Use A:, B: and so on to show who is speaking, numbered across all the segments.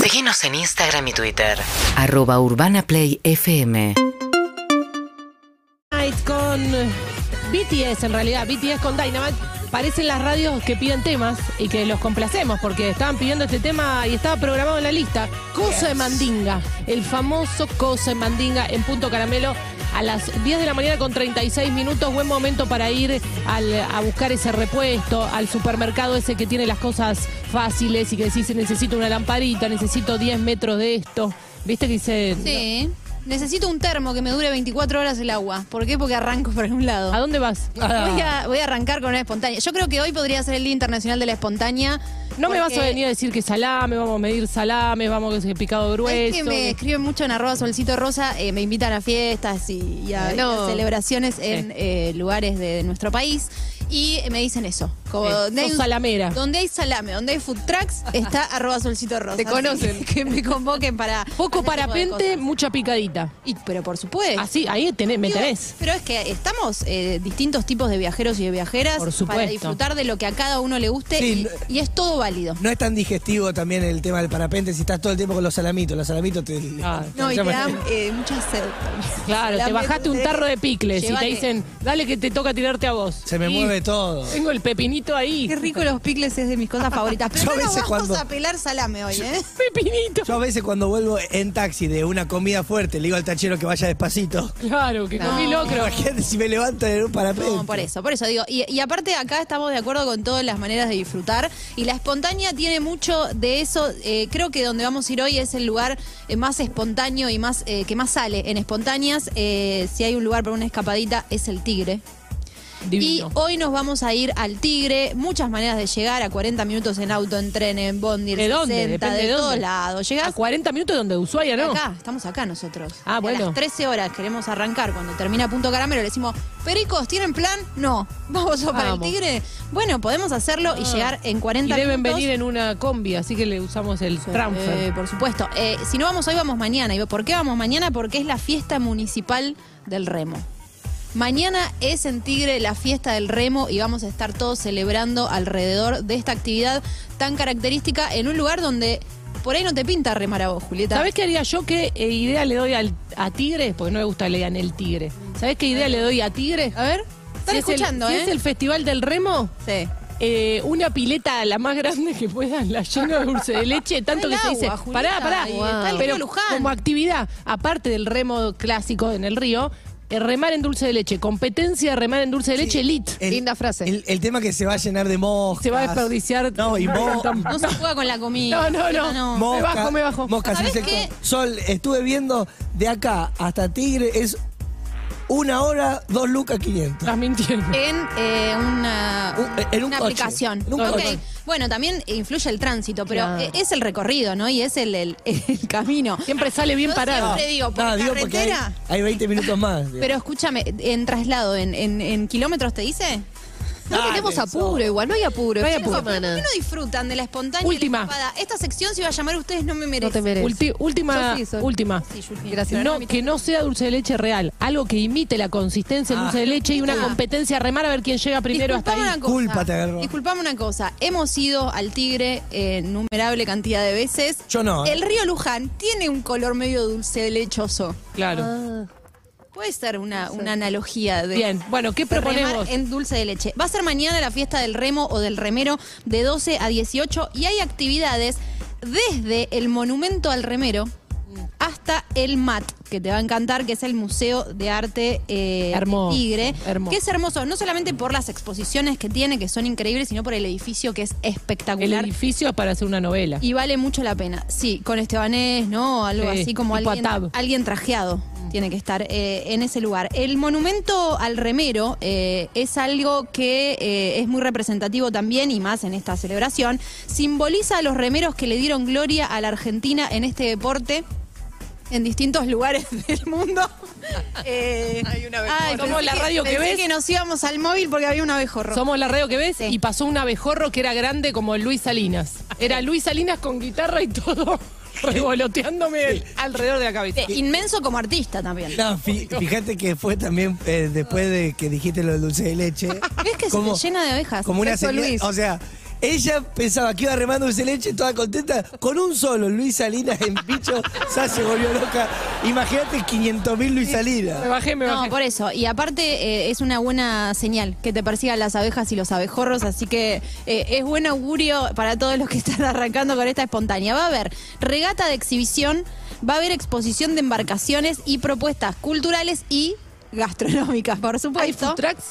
A: Seguinos en Instagram y Twitter.
B: Arroba Urbana Play FM.
C: Night con BTS, en realidad, BTS con Dynamite. Parecen las radios que piden temas y que los complacemos porque estaban pidiendo este tema y estaba programado en la lista. Coso de Mandinga, el famoso Coso de Mandinga en Punto Caramelo a las 10 de la mañana con 36 minutos. Buen momento para ir al- a buscar ese repuesto, al supermercado ese que tiene las cosas fáciles y que decís necesito una lamparita, necesito 10 metros de esto. ¿Viste que dice?
D: Sí. Necesito un termo que me dure 24 horas el agua. ¿Por qué? Porque arranco por un lado.
C: ¿A dónde Ah. vas?
D: Voy a, voy a arrancar con una espontánea. Yo creo que hoy podría ser el Día Internacional de la Espontánea.
C: No me vas
D: porque
C: a venir a decir que salame, vamos a medir salame, vamos a que picado grueso.
D: Es que me escriben mucho en arroba solcito rosa, eh, me invitan a fiestas y, y a, y a
C: No.
D: celebraciones en eh, lugares de nuestro país y eh, me dicen eso. Como
C: Sí,
D: donde, hay
C: sos
D: un-
C: salamera.
D: donde hay salame, donde hay food trucks, está arroba solcito rosa.
E: Te
D: Así
E: conocen.
D: Que me convoquen para...
C: Poco
D: para ese tipo de
C: parapente,
D: cosas.
C: mucha picadita.
D: Y- pero por supuesto.
C: Así, ahí tenés, me
D: Digo,
C: tenés.
D: Pero es que estamos eh, distintos tipos de viajeros y de viajeras
C: Por supuesto.
D: para disfrutar de lo que a cada uno le guste
E: Sí,
D: y, y es todo válido.
E: No es tan digestivo también el tema del parapente si estás todo el tiempo con los salamitos. Los salamitos te.
C: Ah,
D: No, y te
E: llaman-
D: dan eh, mucha sed también.
C: Claro, te
D: Salame,
C: bajaste un tarro de picles y te
D: Llévate.
C: dicen, dale que te toca tirarte a vos.
E: Se me
C: Y
E: mueve todo.
C: Tengo el pepinito ahí.
D: Qué rico los picles es de mis cosas favoritas. Pero
E: Yo a
D: no nos
E: veces
D: vamos
E: cuando-
D: a pelar salame hoy, ¿eh?
C: Pepinito.
E: Yo a veces cuando vuelvo en taxi de una comida fuerte, le digo al tachero que vaya despacito.
C: Claro, que
D: No.
C: comí locro.
E: Imagínate si me levantan en un parapente.
D: No, por eso, por eso digo. Y, y aparte acá estamos de acuerdo con todas las maneras de disfrutar. Y la espontánea tiene mucho de eso. Eh, creo que donde vamos a ir hoy es el lugar eh, más espontáneo y más eh, que más sale. En espontáneas, eh, si hay un lugar para una escapadita, es el tigre.
C: Divino.
D: Y hoy nos vamos a ir al Tigre. Muchas maneras de llegar a 40 minutos en auto, en tren, en bondi, en
C: ¿De
D: 60,
C: dónde? Depende
D: de,
C: de dónde.
D: todos lados.
C: A
D: Llegás
C: 40 minutos donde Ushuaia, ¿no?
D: acá, estamos acá nosotros.
C: Ah, bueno.
D: A las 13 horas queremos arrancar. Cuando termina Punto Caramelo, le decimos, Pericos, ¿tienen plan? No. ¿Vamos a para el
C: Vamos. Ah.
D: Tigre? Bueno, podemos hacerlo y llegar en
C: Y
D: 40
C: deben
D: minutos.
C: venir en una combi, así que le usamos el
D: Eh,
C: transfer.
D: por supuesto. Eh, si no vamos hoy, vamos mañana. ¿Y por qué vamos mañana? Porque es la fiesta municipal del remo. Mañana es en Tigre la fiesta del remo y vamos a estar todos celebrando alrededor de esta actividad tan característica en un lugar donde por ahí no te pinta remar a vos, Julieta.
C: ¿Sabés qué haría yo? ¿Qué eh, idea le doy al, a Tigres? Porque no me gusta que le digan el Tigre. ¿Sabés qué idea le doy a Tigres?
D: A ver, están
C: Si es el-
D: escuchando,
C: si
D: ¿eh?
C: es el Festival del Remo,
D: Sí.
C: eh, una pileta la más grande que puedan, la lleno de dulce de leche, tanto
D: el
C: que se
D: agua,
C: dice,
D: Julieta,
C: pará, pará,
D: y está el
C: pero
D: río Luján.
C: como actividad, aparte del remo clásico en el río, eh, remar en dulce de leche, competencia de remar en dulce de leche elite.
E: Linda frase. El, el tema que se va a llenar de moscas.
C: Se va a desperdiciar.
E: No, y mo-
D: No se juega con la
C: No,
D: comida.
C: no, no.
D: no.
E: mosca-
C: Me bajo, me bajo.
E: moscas,
D: ¿Sabés
E: insectos.
D: qué?
E: Sol, estuve viendo de acá hasta Tigre es una hora, dos lucas 500.
C: Estás mintiendo.
D: En eh, una,
E: Un- en un
D: una
E: coche.
D: aplicación.
E: En un
D: Ok.
E: coche.
D: Bueno, también influye el tránsito, pero
C: Claro.
D: eh, es el recorrido, ¿no? Y es el, el- el camino.
C: Siempre sale bien
D: Yo
C: parado.
D: siempre digo, por
E: Ah, digo porque hay,
D: carretera.
E: hay 20 minutos más.
D: Pero escúchame, en traslado, en, en- en kilómetros, ¿te dice?
E: No tenemos apuro
D: igual, no hay apuro. No
F: hay apuro.
D: ¿Por qué no disfrutan de la espontánea y la
C: Última.
D: escapada? Esta sección se iba a llamar Ustedes no me merecen.
F: No te mereces.
C: Ulti- última,
F: Yo sí soy.
C: última.
D: Sí, Yulfi.
F: Gracias.
C: No, que no sea dulce de leche real, algo que imite la consistencia del
E: Ah.
C: dulce de leche y una
D: Ah.
C: competencia a remar a ver quién llega primero hasta
D: Disculpame
C: ahí.
D: una cosa.
E: Culpa te agarró.
D: Disculpame una cosa. Hemos ido al Tigre eh, innumerable cantidad de veces.
E: Yo no. ¿eh?
D: El río Luján tiene un color medio dulce lechoso.
C: Claro.
D: Puede ser una, una analogía ah, de.
C: Bien, bueno, ¿qué
D: de remar
C: proponemos?
D: En dulce de leche. Va a ser mañana la fiesta del remo o del remero de 12 a 18 y hay actividades desde el monumento al remero hasta el MAT, que te va a encantar, que es el Museo de Arte eh, de
C: Hermoso,
D: Tigre,
C: hermoso.
D: que es hermoso, no solamente por las exposiciones que tiene, que son increíbles, sino por el edificio que es
C: El
D: espectacular.
C: edificio es para hacer una novela.
D: Y vale mucho la pena. Sí, con Estebanés, ¿no? Algo
C: Sí,
D: así como
C: tipo
D: alguien,
C: Atab.
D: alguien trajeado tiene que estar eh, en ese lugar. El monumento al remero eh, es algo que eh, es muy representativo también y más en esta celebración. Simboliza a los remeros que le dieron gloria a la Argentina en este deporte. En distintos lugares del mundo. Eh, ay,
C: Somos
D: pensé
C: la radio que
D: pensé
C: ves.
D: que nos íbamos al móvil porque había un abejorro.
C: Somos la radio que ves
D: Sí.
C: y pasó un abejorro que era grande como Luis Salinas. Era Luis Salinas con guitarra y todo revoloteándome alrededor de la cabeza.
D: Eh, Inmenso como artista también.
E: No, fi- fíjate que fue también eh, después de que dijiste lo del dulce de leche.
D: ¿Ves que se te llena de abejas?
E: Como una
D: Eso,
E: señal,
D: Luis.
E: o sea, Ella pensaba que iba remando dulce de leche toda contenta. Con un solo Luis Salinas en bicho, ya se volvió loca. Imagínate 500 mil Luis
C: Me
E: Salinas.
C: bajé, me bajé.
D: No, por eso. Y aparte eh, es una buena señal que te persigan las abejas y los abejorros, así que eh, es buen augurio para todos los que están arrancando con esta espontánea. Va a haber regata de exhibición, va a haber exposición de embarcaciones y propuestas culturales y gastronómicas, por
C: ¿Hay
D: supuesto.
C: food trucks?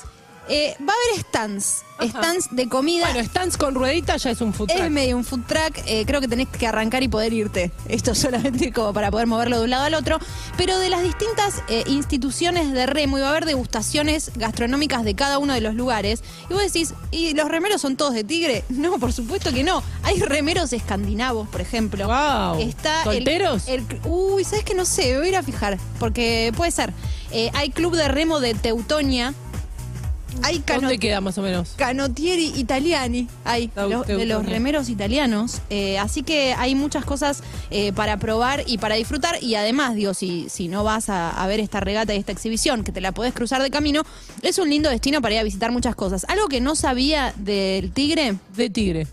D: Eh, va a haber stands, stands de comida.
C: Bueno, stands con ruedita ya es un food
D: Es
C: truck.
D: medio un food track, creo que tenés que arrancar y poder irte. Esto solamente como para poder moverlo de un lado al otro. Pero de las distintas eh, instituciones de remo, y va a haber degustaciones gastronómicas de cada uno de los lugares. Y vos decís, ¿y los remeros son todos de tigre? No, por supuesto que no. Hay remeros escandinavos, por ejemplo.
C: Wow.
D: Está el-
C: ¿Solteros?
D: el- uy, ¿sabes que No sé, voy a ir a fijar, porque puede ser. Eh, hay club de remo de Teutonia. Hay cano-
C: ¿Dónde queda más o menos?
D: Canotieri Italiani, ahí,
C: Tau-
D: lo- de los
C: Teutonia.
D: remeros italianos. Eh, así que hay muchas cosas eh, para probar y para disfrutar. Y además, digo, si, si no vas a, a ver esta regata y esta exhibición, que te la podés cruzar de camino, es un lindo destino para ir a visitar muchas cosas. Algo que no sabía del tigre,
C: De tigre.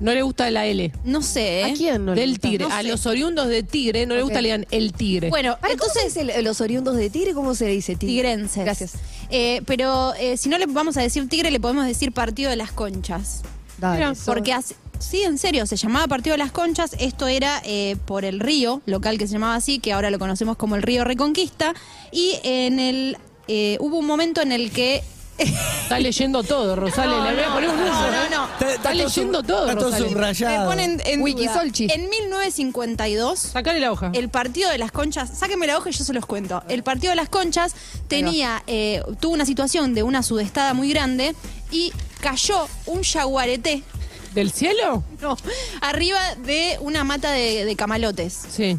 C: No le gusta la L.
D: no sé. ¿eh?
F: no le
C: Del
F: gusta?
C: tigre.
D: No
C: a
D: sé.
C: los oriundos de tigre no le gusta
F: Ok.
C: le digan el tigre.
D: Bueno,
F: Para, ¿cómo
D: entonces
F: se dice el- los oriundos de Tigre? ¿Cómo se le dice? Tigre?
D: tigrenses.
F: Gracias.
D: Eh, pero eh, si no le vamos a decir tigre, le podemos decir partido de las conchas.
F: Dale,
D: Mira,
F: sos-
D: porque hace- sí, en serio, se llamaba Partido de las Conchas, esto era eh, por el río local que se llamaba así, que ahora lo conocemos como el río Reconquista, y en el eh, hubo un momento en el que...
C: Está leyendo todo, Rosales. le voy a poner un uno.
D: no,
C: ¿eh?
D: no.
C: Está, leyendo
E: sub-
C: todo,
E: Está todo
C: Rosales.
E: subrayado.
D: Me ponen en duda.
F: Wikisolchi.
D: En 1952...
C: Sacale la hoja.
D: El partido de las conchas, sáquenme la hoja y yo se los cuento. El partido de las conchas tenía, eh, tuvo una situación de una sudestada muy grande y cayó un jaguareté
C: ¿Del cielo?
D: no, arriba de una mata de- de camalotes.
C: Sí.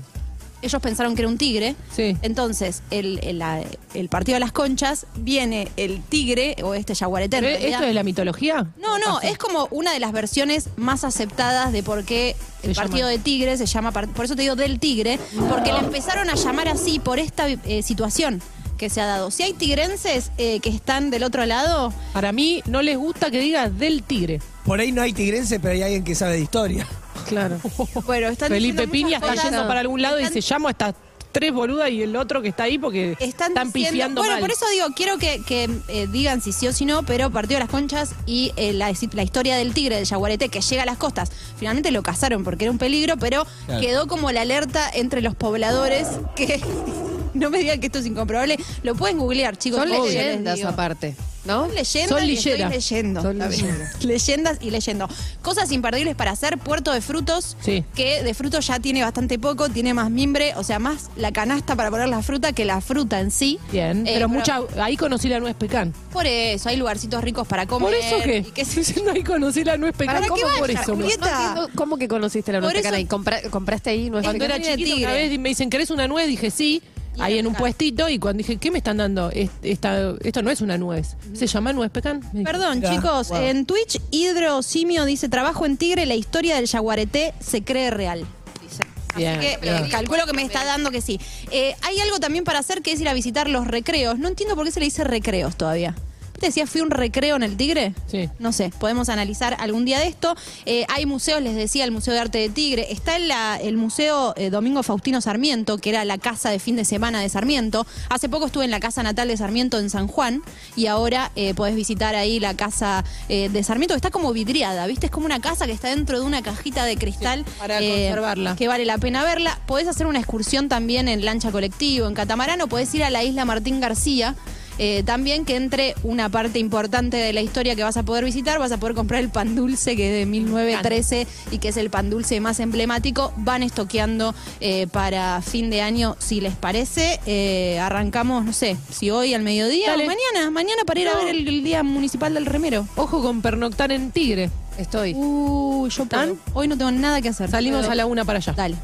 D: ellos pensaron que era un tigre.
C: Sí.
D: Entonces, el, el- la- el partido de las conchas, viene el tigre, o este jaguareté. en
C: ¿Pero
D: realidad.
C: Eh, ¿Esto es la mitología?
D: No, no, es como una de las versiones más aceptadas de por qué el
C: Se llama-
D: partido de Tigre se llama, par- por eso te digo del Tigre, porque la empezaron a llamar así por esta eh, situación que se ha dado. Si hay tigrenses eh, que están del otro lado,
C: Para mí no les gusta que diga del tigre.
E: Por ahí no hay tigrense, pero hay alguien que sabe de historia.
C: Claro.
D: bueno, están
C: Oh, Felipe
D: diciendo
C: Piña
D: muchas
C: está
D: cosas.
C: yendo para algún lado y
D: Están-
C: se llama a estas tres boludas y el otro que está ahí porque
D: están,
C: están,
D: diciendo-
C: pifiando
D: Bueno,
C: mal.
D: por eso digo, quiero que, que, eh, digan si sí o si no, pero Partido de las Conchas y eh, la, la historia del tigre del yaguareté que llega a las costas. Finalmente lo cazaron porque era un peligro, pero
E: Claro.
D: quedó como la alerta entre los pobladores que... No me digan que esto es incomprobable. Lo pueden googlear, chicos.
F: Son
D: obvio, les
F: leyendas
D: digo.
F: aparte, ¿no?
D: Son leyendas
C: Son
D: y estoy
C: leyendas.
D: leyendo.
F: Son
D: A ver.
F: leyendas.
D: Leyendas y leyendo. Cosas imperdibles para hacer, Puerto de Frutos,
C: Sí.
D: que de frutos ya tiene bastante poco, tiene más mimbre, o sea, más la canasta para poner la fruta que la fruta en sí.
C: Bien,
D: Eh,
C: pero mucha, ahí conocí la nuez pecan.
D: Por eso, hay lugarcitos ricos para
C: ¿Por
D: comer.
C: eso qué?
D: y qué sé
C: Estoy diciendo ahí conocí la nuez pecan.
D: ¿Para
C: ¿Cómo
D: qué
C: por
D: vaya,
C: eso? no?
D: Julieta?
F: No entiendo ¿Cómo que conociste la nuez
D: Por eso-
F: pecana y compra- compraste ahí nuez
C: Cuando
F: pecana?
C: era
D: Comida de
C: chiquita una
D: tigre.
C: vez me dicen, ¿querés una nuez? Dije, sí.
D: Y
C: Ahí
D: la
C: en un
D: pecan.
C: puestito y cuando dije, ¿qué me están dando? Es- esta- esto no es una nuez. ¿Se llama nuez pecan? Ah, Me dijo.
D: Perdón,
E: Mirá,
D: chicos,
E: wow.
D: en Twitch Hidro Simio dice, trabajo en Tigre, la historia del yaguareté se cree real. dice.
C: Bien,
D: Así que
C: bien.
D: eh, calculo que me está dando que sí. Eh, hay algo también para hacer que es ir a visitar los recreos. No entiendo por qué se le dice recreos todavía. ¿Te decía, fui un recreo en el Tigre?
C: Sí.
D: No sé, podemos analizar algún día de esto. Eh, hay museos, les decía, el Museo de Arte de Tigre. Está en la- el Museo eh, Domingo Faustino Sarmiento, que era la casa de fin de semana de Sarmiento. Hace poco estuve en la casa natal de Sarmiento en San Juan y ahora eh, podés visitar ahí la casa eh, de Sarmiento, que está como vidriada, ¿viste? Es como una casa que está dentro de una cajita de cristal.
C: para conservarla.
D: Eh, Que vale la pena verla. Podés hacer una excursión también en lancha colectivo, en catamarán, o podés ir a la isla Martín García. eh, también que entre una parte importante de la historia que vas a poder visitar, vas a poder comprar el pan dulce que es de 1913 y que es el pan dulce más emblemático. Van estoqueando eh, para fin de año, si les parece. Eh, arrancamos, no sé, si hoy al mediodía
C: Dale.
D: o mañana, mañana para ir a
C: No.
D: ver el, el Día Municipal del Remero.
C: Ojo con pernoctar en tigre.
F: Estoy.
D: Uy, yo puedo.
C: ¿Tan?
D: Hoy no tengo nada que hacer.
C: Uh, Salimos
D: Puedo.
C: a la una para allá.
D: Dale.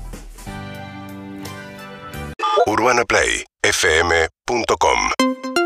G: UrbanaPlayFM.com